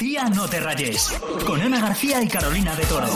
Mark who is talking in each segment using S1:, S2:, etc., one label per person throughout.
S1: Tía No Te Rayes, con Ana García y Carolina de Toro.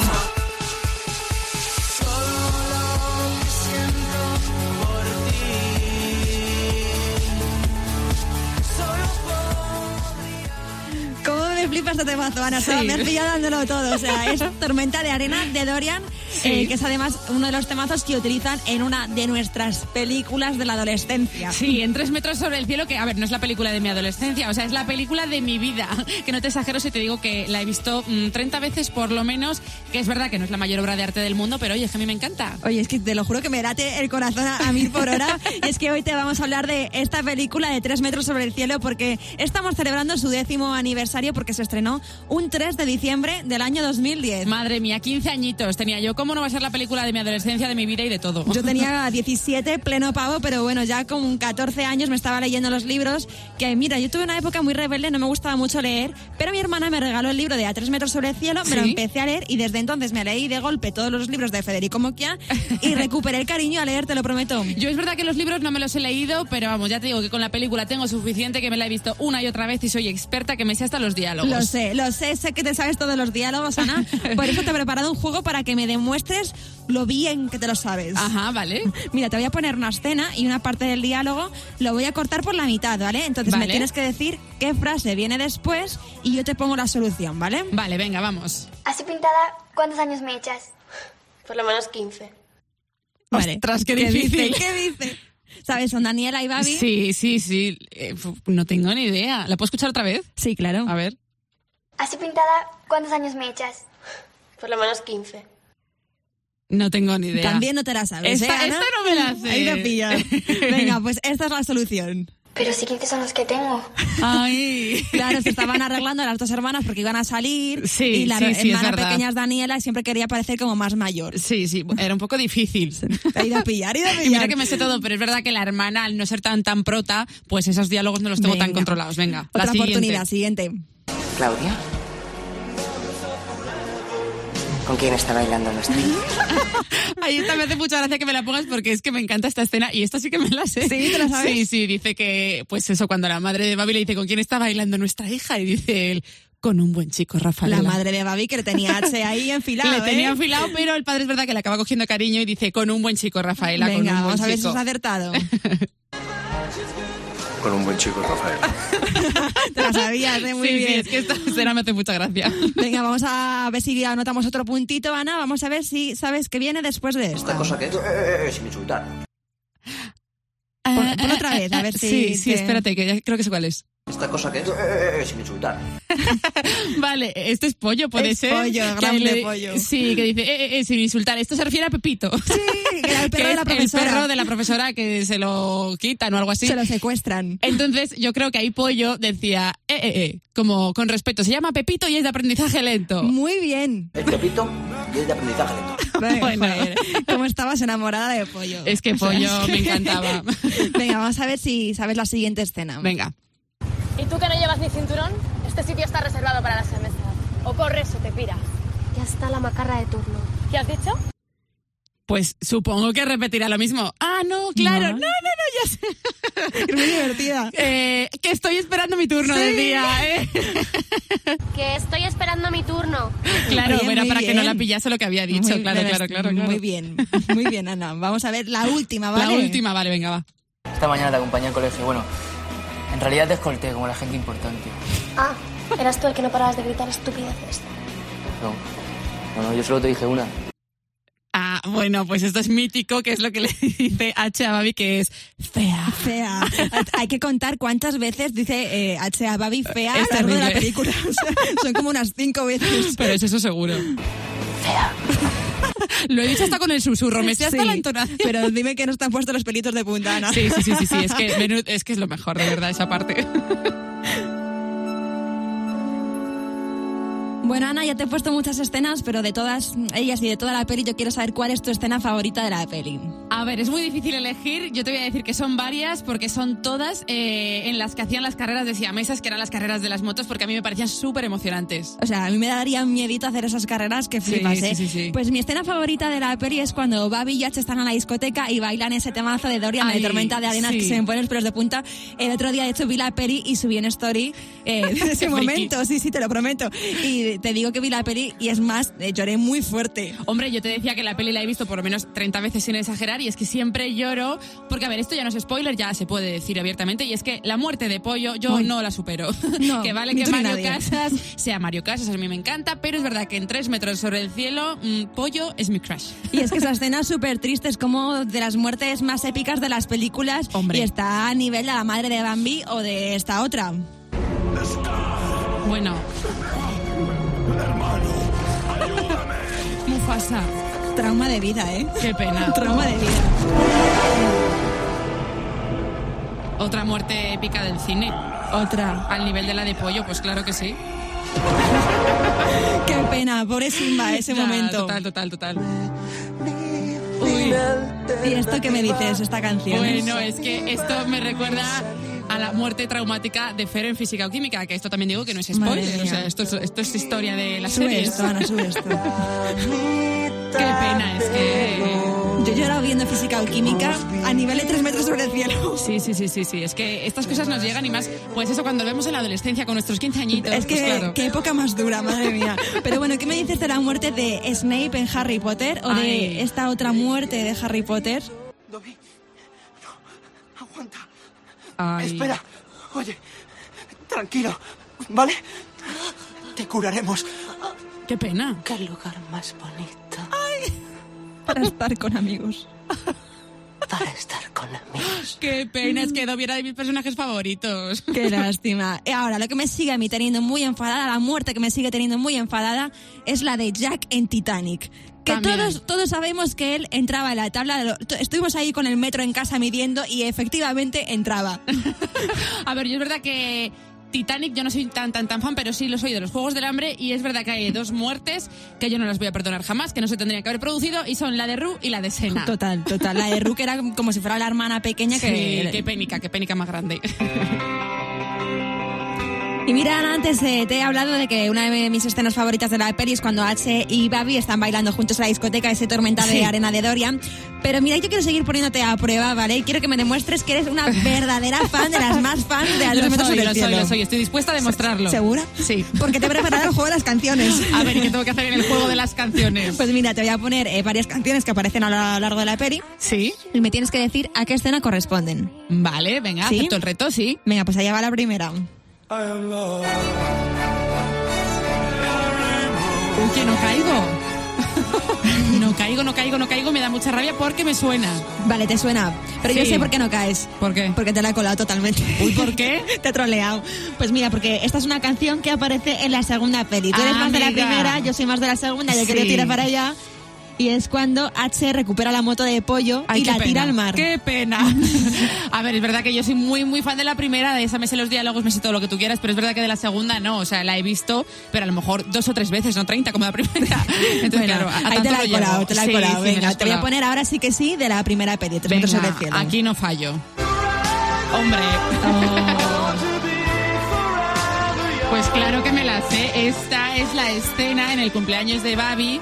S2: ¿Cómo me flipa este temazo, Ana? O sea,
S3: Sí.
S2: Me has pillado dándolo todo. O sea, es Tormenta de Arena de Dorian,
S3: Sí.
S2: eh, que es además uno de los temazos que utilizan en una de nuestras películas de la adolescencia.
S3: Sí, en tres metros sobre el cielo, que a ver, no es la película de mi adolescencia, o sea, es la película de mi vida. Que no te exagero si te digo que la he visto mm, 30 veces por lo menos, que es verdad que no es la mayor obra de arte del mundo, pero oye, es que a mí me encanta.
S2: Oye, es que te lo juro que me late el corazón a, a mil por hora. y es que hoy te vamos a hablar de esta película de Tres metros sobre el cielo porque estamos celebrando su décimo aniversario porque se estrenó un 3 de diciembre del año 2010.
S3: Madre mía, 15 añitos tenía yo. ¿Cómo no va a ser la película de mi adolescencia, de mi vida y de todo?
S2: Yo tenía 17, pleno pavo, pero bueno, ya con 14 años me estaba leyendo los libros. Que mira, yo tuve una época muy rebelde, no me gustaba mucho leer, pero mi hermana me regaló el libro de A tres metros sobre el cielo, me lo
S3: ¿Sí?
S2: empecé a leer y desde entonces me leí de golpe todos los libros de Federico Moquia y recuperé el cariño a leer, te lo prometo.
S3: Yo es verdad que los libros no me los he leído, pero vamos, ya te digo que con la película tengo suficiente que me la he visto una y otra vez y soy experta que me sé hasta los diálogos.
S2: Lo sé, lo sé, sé que te sabes todos los diálogos, Ana. Por eso te he preparado un juego para que me demuestres lo bien que te lo sabes.
S3: Ajá, vale.
S2: Mira, te voy a poner una escena y una parte del diálogo lo voy a cortar por la mitad, ¿vale? Entonces me
S3: Vale.
S2: tienes que decir qué frase viene después y yo te pongo la solución, ¿vale?
S3: Vale, venga, vamos.
S4: Así pintada, ¿cuántos años me echas?
S5: Por lo menos 15.
S2: Vale.
S3: Ostras, qué
S2: dice?
S3: difícil.
S2: ¿Qué dice? ¿Sabes? Son Daniela y Babi.
S3: Sí, sí, sí. Eh, fu- no tengo ni idea. ¿La puedo escuchar otra vez?
S2: Sí, claro.
S3: A ver.
S4: Así pintada, ¿cuántos años me echas?
S5: Por lo menos 15.
S3: No tengo ni idea.
S2: También no te la sabes,
S3: Esta-
S2: ¿eh, Ana?
S3: esta no me la sé.
S2: Ahí te pillas. Venga, pues esta es la solución.
S4: Pero si 15 son los que tengo.
S3: Ay.
S2: Claro, se estaban arreglando las dos hermanas porque iban a salir.
S3: Sí,
S2: y la
S3: sí, sí, es
S2: hermana
S3: verdad.
S2: pequeña es Daniela y siempre quería parecer como más mayor.
S3: Sí, sí, era un poco difícil.
S2: He ido a pillar, he ido a pillar.
S3: Y mira que me sé todo, pero es verdad que la hermana, al no ser tan tan prota, pues esos diálogos no los tengo tan
S2: Venga.
S3: controlados. Venga, la
S2: Otra
S3: siguiente.
S2: oportunidad, siguiente.
S6: Claudia. ¿Con quién está bailando nuestra
S3: Ahí esta me hace mucha gracia que me la pongas porque es que me encanta esta escena y esta sí que me la sé.
S2: Sí, ¿te la sabes?
S3: Sí, sí, dice que, pues eso, cuando la madre de Babi le dice con quién está bailando nuestra hija y dice él, con un buen chico, Rafael.
S2: La madre de Babi que le tenía H ahí enfilado.
S3: Le
S2: ¿eh?
S3: tenía enfilado, pero el padre es verdad que le acaba cogiendo cariño y dice con un buen chico, Rafaela. con un
S2: Venga,
S3: buen
S2: vamos a ver si
S3: chico".
S2: has acertado.
S7: Con un buen chico, Rafael.
S6: Ah,
S2: Te la sabías, ¿eh? muy
S3: sí,
S2: bien.
S3: sí, es que esta escena me hace mucha gracia.
S2: Venga, vamos a ver si anotamos otro puntito, Ana. Vamos a ver si sabes qué viene después de esta.
S6: cosa que es? eh, sin insultar.
S2: Pon- pon otra vez, a ver si
S3: Eh, Sí, sí,
S2: te-
S3: espérate, que ya creo que sé cuál es.
S6: ¿Esta cosa que es? eh, sin insultar.
S3: Vale, este es pollo, puede
S2: Es
S3: ser.
S2: pollo,
S3: Que ahí
S2: grande pollo.
S3: Sí, que dice, eh, eh, eh, sin insultar. Esto se refiere a Pepito.
S2: Sí, que era el
S3: Que
S2: perro de
S3: es
S2: la profesora.
S3: El perro de la profesora que se lo quitan o algo así.
S2: Se lo secuestran.
S3: Entonces, yo creo que ahí Pollo decía, eh, eh, eh, como con respeto. Se llama Pepito y es de aprendizaje lento.
S2: Muy bien.
S6: El pepito y el de aprendizaje lento.
S3: Bueno.
S2: joder, Cómo estabas enamorada de pollo.
S3: Es que Pollo me encantaba.
S2: Venga, vamos a ver si sabes la siguiente escena.
S3: Venga.
S8: ¿Y tú que no llevas ni cinturón? Este sitio está reservado para las semestras. O corres o te piras.
S4: Ya está la macarra de turno.
S8: ¿Qué has dicho?
S3: Pues supongo que repetirá lo mismo. Ah, no, claro. No, no, no, ya sé.
S2: Es muy divertida.
S3: Eh, que estoy esperando mi turno de día. ¿eh?
S8: Que estoy esperando mi turno.
S3: Claro,
S2: Bien,
S3: pero
S2: muy
S3: para que no
S2: bien.
S3: la pillase lo que había dicho.
S2: Muy-
S3: claro,
S2: pero
S3: claro,
S2: es-
S3: claro, claro.
S2: Muy bien, muy bien, Ana. Vamos a ver la última, ¿vale?
S3: La última, vale, venga, va.
S9: Esta mañana te acompañé al colegio. Bueno, en realidad te escolté como la gente importante.
S4: Ah, eras tú el que no parabas de gritar estupideces.
S9: No, no, no, yo solo te dije una.
S3: Ah, bueno, pues esto es mítico, que es lo que le dice H a Babi, que es fea.
S2: Fea. Hay que contar cuántas veces dice eh, H. a Babi fea a
S3: Es
S2: lo largo de la
S3: terrible.
S2: película. O sea, son como unas cinco veces.
S3: Pero es eso seguro. Fea. Lo he dicho hasta con el susurro, me sé hasta
S2: Sí,
S3: la entonación.
S2: Pero dime que no están puestos los pelitos de punta, Ana.
S3: Sí, sí, sí, sí, sí, es que, menú- es que es lo mejor, de verdad, esa parte.
S2: Bueno, Ana, ya te he puesto muchas escenas, pero de todas ellas y de toda la peli, yo quiero saber cuál es tu escena favorita de la peli.
S3: A ver, es muy difícil elegir. Yo te voy a decir que son varias porque son todas eh, en las que hacían las carreras de siamesas, que eran las carreras de las motos, porque a mí me parecían súper emocionantes.
S2: O sea, a mí me daría miedito hacer esas carreras que flipas,
S3: sí,
S2: ¿eh?
S3: sí, sí.
S2: Pues mi escena favorita de la peli es cuando Babi y Yach están en la discoteca y bailan ese temazo de Dorian, de
S3: Ay,
S2: Tormenta de Arenas,
S3: sí.
S2: que se me ponen los pelos de punta. El otro día, de hecho, vi la peli y subí en story eh, de ese
S3: Qué friki.
S2: momento, sí, sí, te lo prometo. Y te digo que vi la peli y es más, eh, lloré muy fuerte.
S3: Hombre, yo te decía que la peli la he visto por lo menos 30 veces sin exagerar y es que siempre lloro, porque a ver, esto ya no es spoiler, ya se puede decir abiertamente, y es que la muerte de Pollo yo
S2: Ay.
S3: no la supero.
S2: No,
S3: que vale
S2: ni
S3: que
S2: tú ni
S3: Mario
S2: nadie.
S3: Casas sea Mario Casas, a mí me encanta, pero es verdad que en tres metros sobre el cielo, mm, Pollo es mi crush.
S2: Y es que esa escena es súper triste, es como de las muertes más épicas de las películas.
S3: Hombre.
S2: Y está a nivel de la madre de Bambi o de esta otra.
S3: Bueno. Mufasa,
S2: Trauma de vida, ¿eh?
S3: qué pena.
S2: Trauma de vida.
S3: Otra muerte épica del cine.
S2: Otra.
S3: Al nivel de la de pollo, pues claro que sí.
S2: Qué pena, pobre Simba, ese
S3: Ya,
S2: momento.
S3: Total, total, total. Uy.
S2: ¿Y esto que me dices, esta canción?
S3: Bueno, es que esto me recuerda a la muerte traumática de Fer en física o química, que esto también digo que no es
S2: Madre
S3: spoiler, o
S2: mía.
S3: sea, esto es, esto es historia de las
S2: sube
S3: series.
S2: esto, Ana, sube esto.
S3: Qué pena, es que...
S2: Yo he llorado viendo física o química a nivel de 3 metros sobre el cielo.
S3: Sí, sí, sí, sí, sí, es que estas cosas nos llegan y más, pues eso cuando lo vemos en la adolescencia con nuestros 15 añitos.
S2: Es que
S3: pues claro.
S2: qué época más dura, madre mía. Pero bueno, ¿qué me dices de la muerte de Snape en Harry Potter o de
S3: Ay.
S2: esta otra muerte de Harry Potter?
S6: Dobby, no, aguanta.
S3: Ay.
S6: Espera, oye, tranquilo, ¿vale? Te curaremos.
S3: Qué pena.
S5: Qué lugar más bonito
S2: Para estar con amigos.
S5: para estar con amigos.
S3: Qué pena, es que Dobby era de mis personajes favoritos.
S2: Qué lástima. Y Ahora, lo que me sigue a mí teniendo muy enfadada, la muerte que me sigue teniendo muy enfadada, es la de Jack en Titanic. Que
S3: También.
S2: todos, todos sabemos que él entraba en la tabla. de lo- to- estuvimos ahí con el metro en casa midiendo y efectivamente entraba.
S3: A ver, yo es verdad que Titanic, yo no soy tan tan tan fan, pero sí lo soy de los Juegos del Hambre y es verdad que hay dos muertes que yo no las voy a perdonar jamás, que no se tendrían que haber producido y son la de Rue y la de Sena.
S2: Total, total. La de Rook era como si fuera la hermana pequeña
S3: Sí,
S2: que.
S3: qué pénica, qué pénica más grande.
S2: Y mira, Ana, antes eh, te he hablado de que una de mis escenas favoritas de la peli es cuando H y Babi están bailando juntos en la discoteca ese tormenta de
S3: Sí.
S2: arena de Dorian. Pero mira, yo quiero seguir poniéndote a prueba, ¿vale? Y quiero que me demuestres que eres una verdadera fan de las más fans de Al
S3: lo
S2: Dos metros
S3: soy,
S2: sobre el
S3: lo soy,
S2: cielo.
S3: lo soy, estoy dispuesta a demostrarlo.
S2: ¿Segura?
S3: Sí.
S2: Porque te he preparado el juego de las canciones.
S3: A ver, ¿qué tengo que hacer en el juego de las canciones?
S2: Pues mira, te voy a poner eh, varias canciones que aparecen a lo largo de la peli
S3: Sí.
S2: y me tienes que decir a qué escena corresponden.
S3: Vale, venga,
S2: ¿Sí?
S3: acepto el reto, sí.
S2: Venga, pues allá va la primera.
S3: Uy, que no caigo. No caigo, no caigo, no caigo, me da mucha rabia porque me suena.
S2: Vale, te suena, pero yo
S3: Sí.
S2: sé por qué no caes.
S3: ¿Por qué?
S2: Porque te la he colado totalmente.
S3: Uy, ¿por qué?
S2: te he troleado. Pues mira, porque esta es una canción que aparece en la segunda peli. Tú eres
S3: Ah,
S2: más de la
S3: amiga.
S2: primera, yo soy más de la segunda, yo
S3: Sí.
S2: quiero tirar para allá. Y es cuando H recupera la moto de pollo
S3: Ay,
S2: y
S3: qué
S2: la
S3: pena.
S2: tira al mar.
S3: Qué pena. A ver, es verdad que yo soy muy, muy fan de la primera, de esa me sé los diálogos, me sé todo lo que tú quieras, pero es verdad que de la segunda no. O sea, la he visto, pero a lo mejor dos o tres veces, no 30 como la primera. Entonces,
S2: Bueno,
S3: claro, a
S2: ahí
S3: tanto
S2: te la he
S3: no llego.
S2: colado, te la he
S3: Sí,
S2: colado.
S3: sí, me la
S2: Venga,
S3: has
S2: te voy a
S3: colado.
S2: poner ahora sí que sí de la primera peli, Tres metros sobre
S3: Venga,
S2: el cielo.
S3: aquí no fallo. Hombre.
S2: Oh.
S3: Pues claro que me la sé. Esta es la escena en el cumpleaños de Babi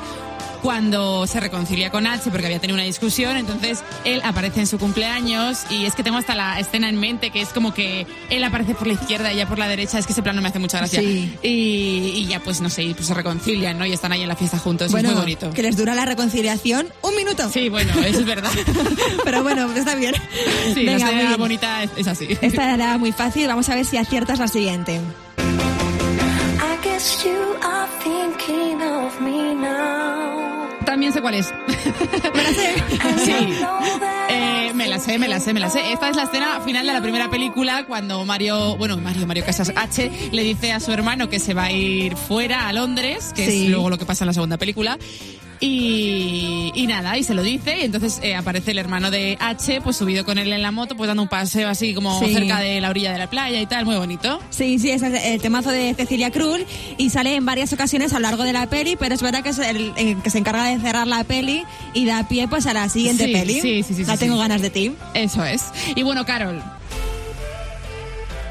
S3: cuando se reconcilia con H porque había tenido una discusión, entonces él aparece en su cumpleaños y es que tengo hasta la escena en mente que es como que él aparece por la izquierda y ella por la derecha, es que ese plano me hace mucha gracia.
S2: Sí.
S3: Y, y ya pues no sé, pues se reconcilian, ¿no? Y están ahí en la fiesta juntos,
S2: Bueno,
S3: es muy bonito.
S2: que les dura la reconciliación un minuto.
S3: Sí, bueno, eso es verdad.
S2: Pero bueno, está bien.
S3: Sí, la
S2: muy
S3: escena
S2: bien.
S3: bonita es, es así.
S2: Esta era muy fácil, vamos a ver si aciertas la siguiente.
S7: I guess you are thinking of me now.
S3: También sé cuál es. ¿Me la sé? Sí. Eh, me la sé, me la sé, me la sé. Esta es la escena final de la primera película cuando Mario, bueno, Mario, Mario Casas H le dice a su hermano que se va a ir fuera a Londres, que
S2: Sí.
S3: es luego lo que pasa en la segunda película. Y, y nada, y se lo dice. Y entonces eh, aparece el hermano de H, pues subido con él en la moto, pues dando un paseo así como
S2: Sí.
S3: cerca de la orilla de la playa y tal, muy bonito.
S2: Sí, sí, ese es el temazo de Cecilia Krull y sale en varias ocasiones a lo largo de la peli, pero es verdad que es el, el que se encarga de cerrar la peli y da pie pues a la siguiente
S3: Sí,
S2: peli.
S3: sí, sí, sí,
S2: Ya
S3: sí,
S2: tengo
S3: sí.
S2: ganas de ti.
S3: Eso es. Y bueno, Carol.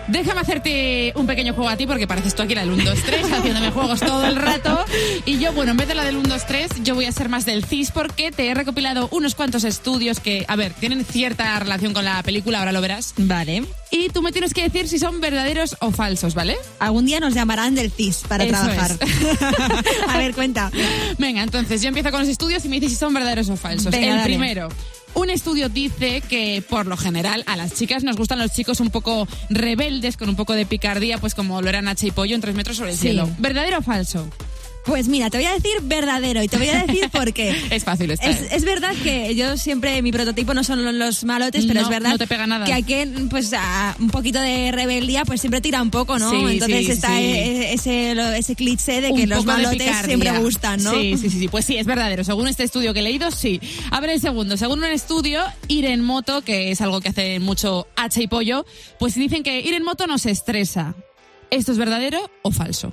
S3: Déjame hacerte un pequeño juego a ti porque pareces tú aquí la del 1, 2, 3 haciéndome juegos todo el rato. Y yo, bueno, en vez de la del 1, 2, 3, yo voy a ser más del CIS porque te he recopilado unos cuantos estudios que, a ver, tienen cierta relación con la película, ahora lo verás.
S2: Vale.
S3: Y tú me tienes que decir si son verdaderos o falsos, ¿vale?
S2: Algún día nos llamarán del CIS para
S3: Eso
S2: trabajar.
S3: es.
S2: a ver, cuenta.
S3: Venga, entonces yo empiezo con los estudios y me dices si son verdaderos o falsos.
S2: Venga,
S3: el
S2: dale.
S3: primero. Un estudio dice que por lo general a las chicas nos gustan los chicos un poco rebeldes, con un poco de picardía, pues como lo eran H y Pollo en tres metros sobre el
S2: Sí.
S3: cielo. ¿Verdadero o falso?
S2: Pues mira, te voy a decir verdadero y te voy a decir por qué.
S3: Es fácil esta,
S2: Es,
S3: ¿eh?
S2: es verdad que yo siempre, mi prototipo no son los malotes, pero
S3: No,
S2: es verdad
S3: no te pega nada.
S2: que a quien, pues, a un poquito de rebeldía, pues siempre tira un poco, ¿no?
S3: Sí,
S2: Entonces
S3: sí,
S2: está
S3: sí.
S2: e- ese, lo- ese cliché de que
S3: Un
S2: los
S3: poco de
S2: malotes
S3: picardía.
S2: siempre gustan, ¿no?
S3: Sí, sí, sí, sí. Pues sí, es verdadero. Según este estudio que he leído, sí. A ver el segundo. Según un estudio, ir en moto, que es algo que hace mucho H y Pollo, pues dicen que ir en moto nos estresa. ¿Esto es verdadero o falso?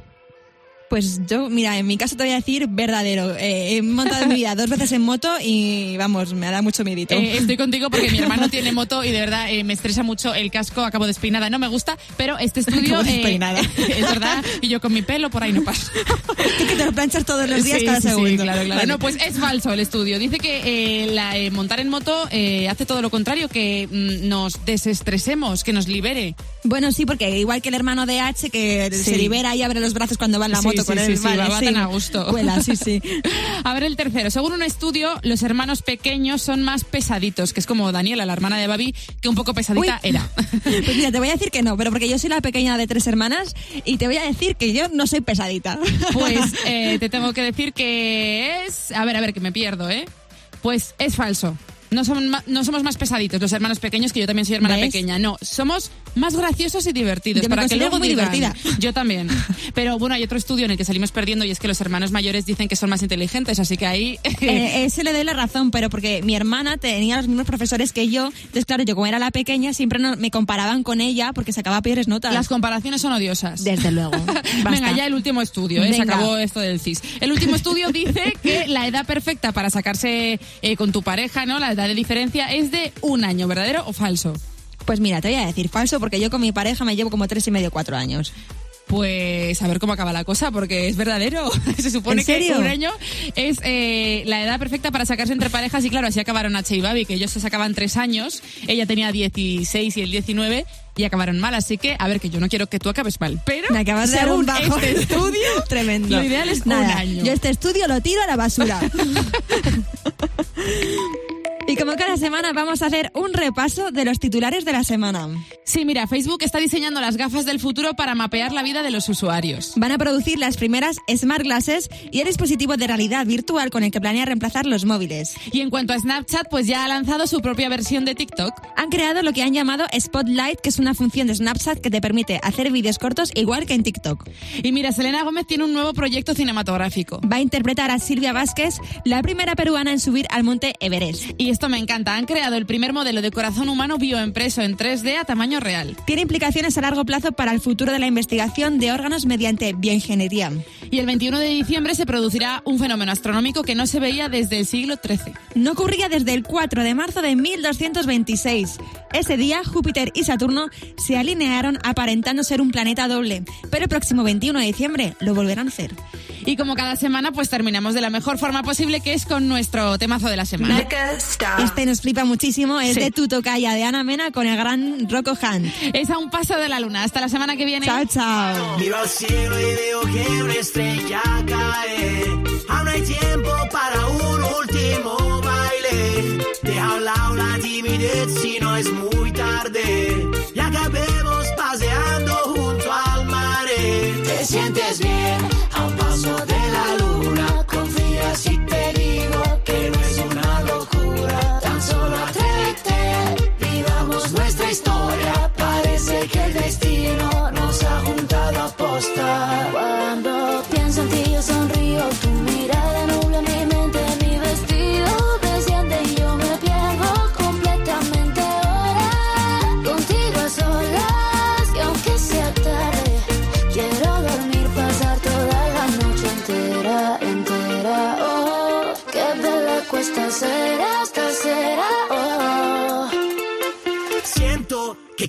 S2: Pues yo, mira, en mi caso te voy a decir verdadero. Eh, he montado mi vida dos veces en moto y, vamos, me da mucho miedito.
S3: Eh, estoy contigo porque mi hermano tiene moto y de verdad eh, me estresa mucho el casco. Acabo despeinada, no me gusta, pero este estudio.
S2: Acabo
S3: eh,
S2: despeinada.
S3: es verdad. Y yo con mi pelo por ahí no paso.
S2: Tú que te lo planchas todos los días
S3: eh, Sí,
S2: cada
S3: sí, sí,
S2: segundo.
S3: claro, claro.
S2: Vale.
S3: No, pues es falso el estudio. Dice que eh, la, eh, montar en moto eh, hace todo lo contrario, que mm, nos desestresemos, que nos libere.
S2: Bueno, sí, porque igual que el hermano de H que
S3: Sí.
S2: se libera y abre los brazos cuando va en la
S3: Sí,
S2: moto
S3: sí,
S2: con
S3: sí,
S2: él.
S3: sí,
S2: Vale,
S3: va- va
S2: sí.
S3: tan a gusto.
S2: Cuela, sí, sí.
S3: A ver el tercero. Según un estudio, los hermanos pequeños son más pesaditos, que es como Daniela, la hermana de Babi, que un poco pesadita
S2: Uy.
S3: era.
S2: Pues mira, te voy a decir que no, pero porque yo soy la pequeña de tres hermanas y te voy a decir que yo no soy pesadita.
S3: Pues eh, te tengo que decir que es... A ver, a ver, que me pierdo, ¿eh? Pues es falso. No, son ma- no somos más pesaditos los hermanos pequeños, que yo también soy hermana
S2: ¿Ves?
S3: pequeña. No, somos más graciosos y divertidos.
S2: Yo me
S3: para que
S2: considero
S3: luego
S2: muy
S3: digan-
S2: divertida.
S3: Yo también. Pero bueno, hay otro estudio en el que salimos perdiendo y es que los hermanos mayores dicen que son más inteligentes, así que ahí...
S2: Eh, ese le doy la razón, pero porque mi hermana tenía los mismos profesores que yo. Entonces, claro, yo como era la pequeña, siempre no- me comparaban con ella porque sacaba peores notas.
S3: Las comparaciones son odiosas.
S2: Desde luego. Basta.
S3: Venga, ya el último estudio, ¿eh? se
S2: Venga.
S3: acabó esto del CIS. El último estudio dice que la edad perfecta para sacarse eh, con tu pareja, ¿no? La edad de diferencia es de un año, ¿verdadero o falso?
S2: Pues mira, te voy a decir falso porque yo con mi pareja me llevo como tres y medio, cuatro años.
S3: Pues a ver cómo acaba la cosa, porque es verdadero. Se supone
S2: ¿En serio?
S3: que un año es eh, la edad perfecta para sacarse entre parejas. Y claro, así acabaron H y Babi, que ellos se sacaban tres años. Ella tenía 16 y él 19 y acabaron mal. Así que, a ver, que yo no quiero que tú acabes mal. Pero
S2: Me acabas de dar un
S3: según
S2: bajo
S3: este estudio,
S2: tremendo.
S3: Lo ideal es
S2: Nada,
S3: un año.
S2: Yo este estudio lo tiro a la basura. y como cada semana vamos a hacer un repaso de los titulares de la semana.
S3: Sí, mira, Facebook está diseñando las gafas del futuro para mapear la vida de los usuarios.
S2: Van a producir las primeras smart glasses y el dispositivo de realidad virtual con el que planea reemplazar los móviles.
S3: Y en cuanto a Snapchat, pues ya ha lanzado su propia versión de TikTok.
S2: Han creado lo que han llamado Spotlight, que es una función de Snapchat que te permite hacer vídeos cortos igual que en TikTok.
S3: Y mira, Selena Gómez tiene un nuevo proyecto cinematográfico.
S2: Va a interpretar a Silvia Vázquez, la primera peruana en subir al monte Everest.
S3: Y esto me encanta, han creado el primer modelo de corazón humano bioimpreso en 3D a tamaño real.
S2: tiene implicaciones a largo plazo para el futuro de la investigación de órganos mediante bioingeniería.
S3: Y el 21 de diciembre se producirá un fenómeno astronómico que no se veía desde el siglo XIII.
S2: No ocurría desde el 4 de marzo de 1226. Ese día, Júpiter y Saturno se alinearon aparentando ser un planeta doble, pero el próximo 21 de diciembre lo volverán a hacer.
S3: Y como cada semana, pues terminamos de la mejor forma posible, que es con nuestro temazo de la semana.
S7: Make a stop.
S2: Este nos flipa muchísimo, es
S3: Sí.
S2: de tu tocaya de Ana Mena con el gran Rocco Han.
S3: Es a un paso de la luna. Hasta la semana que viene.
S2: Chao, chao.
S1: Miro al cielo y veo que una estrella cae. Aún hay tiempo para un último baile. Deja a un lado la timidez si no es muy tarde. Y acabemos paseando junto al mar. Te sientes bien a un paso de la luna. Confía si te digo que no es una locura. Tan solo atrévete, vivamos nuestra historia. Parece que el destino nos ha juntado a posta.
S7: Cuando pienso en ti yo sonrío, tu mirada nubla mi mente, Oh, Esta será, esta será, oh.
S1: Siento que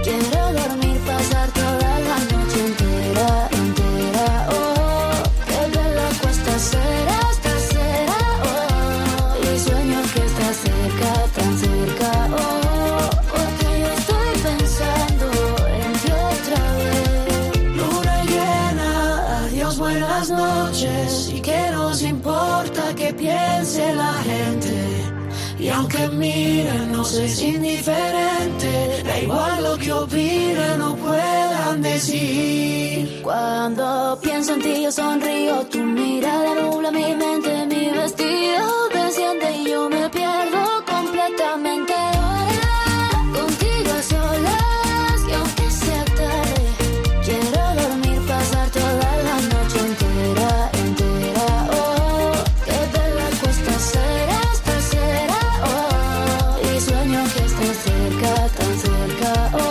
S7: quiero dormir, pasar toda la noche entera, entera. Oh, que de la cuesta será, hasta será. Oh, y sueño que está cerca, tan cerca. Oh, porque yo estoy pensando en ti otra vez.
S10: Luna llena, adiós, buenas noches. Y que nos importa que piense la gente. Y aunque miren, nos es indiferente. Da igual lo que opinen o puedan decir.
S7: Cuando pienso en ti yo sonrío, tu mirada nubla mi mente, mi vestido desciende y yo me pierdo completamente. Ahora, contigo a solas, y aunque sea tarde, quiero dormir, pasar toda la noche entera, entera. Oh, que de la cuesta será, hasta será. Oh, y sueño que estás cerca, tan cerca. Oh,